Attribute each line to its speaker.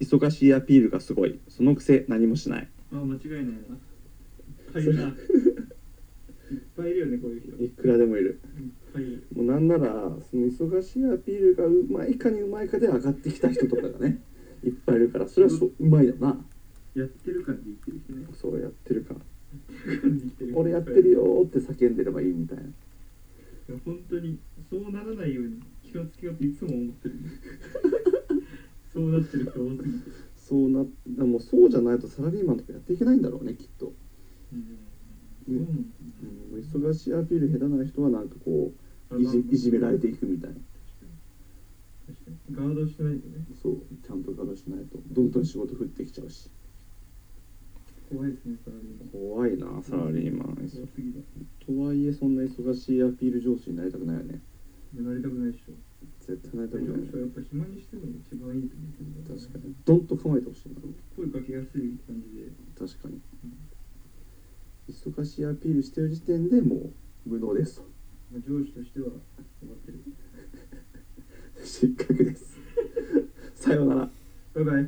Speaker 1: 忙しいアピールがすごいそのくせ何もしない
Speaker 2: あ間違いないな。いっぱいいるな。いっぱいいるよねこういう人。いっ
Speaker 1: いくらでもいる
Speaker 2: ぱいいる。
Speaker 1: もうなんならその忙しいアピールがうまいかにうまいかで上がってきた人とかが ねいっぱいいるからそれはそううまいよな
Speaker 2: やってる感じ生きてる 人ね。
Speaker 1: そうやってるか
Speaker 2: 感じ生きてる人
Speaker 1: 俺やってる。よーって叫んでればいいみたいない
Speaker 2: や本当にそうならないように気をつけようっていつも思ってる。そうなってる人多すぎて。
Speaker 1: そうなでもそうじゃないとサラリーマンとかやっていけないんだろうねきっと、
Speaker 2: うん。
Speaker 1: うんうん、忙しいアピール下手な人はなんかこ
Speaker 2: あ
Speaker 1: ういじ
Speaker 2: まあ
Speaker 1: いじめられていくみたいな
Speaker 2: 確かにガードしてないとね。
Speaker 1: そうちゃんとガードしないとどんどん仕事降ってきちゃうし
Speaker 2: 怖いですねサラリーマン。
Speaker 1: 怖いなサラリーマン、
Speaker 2: 怖すぎだ。
Speaker 1: とはいえそんな忙しいアピール上司になりたくないよね
Speaker 2: やられたくないでしょ。
Speaker 1: 絶対なりた
Speaker 2: で
Speaker 1: くない
Speaker 2: も
Speaker 1: よね
Speaker 2: やっぱ暇にしてるのが一番いいと思うけど、
Speaker 1: 確かにドンと構えてほしいな
Speaker 2: 声かけやすい感じで
Speaker 1: 確かに忙しいアピールしてる時点でもう無能ですと
Speaker 2: まあ上司としては終わってる
Speaker 1: 失格ですさようなら
Speaker 2: バイバイ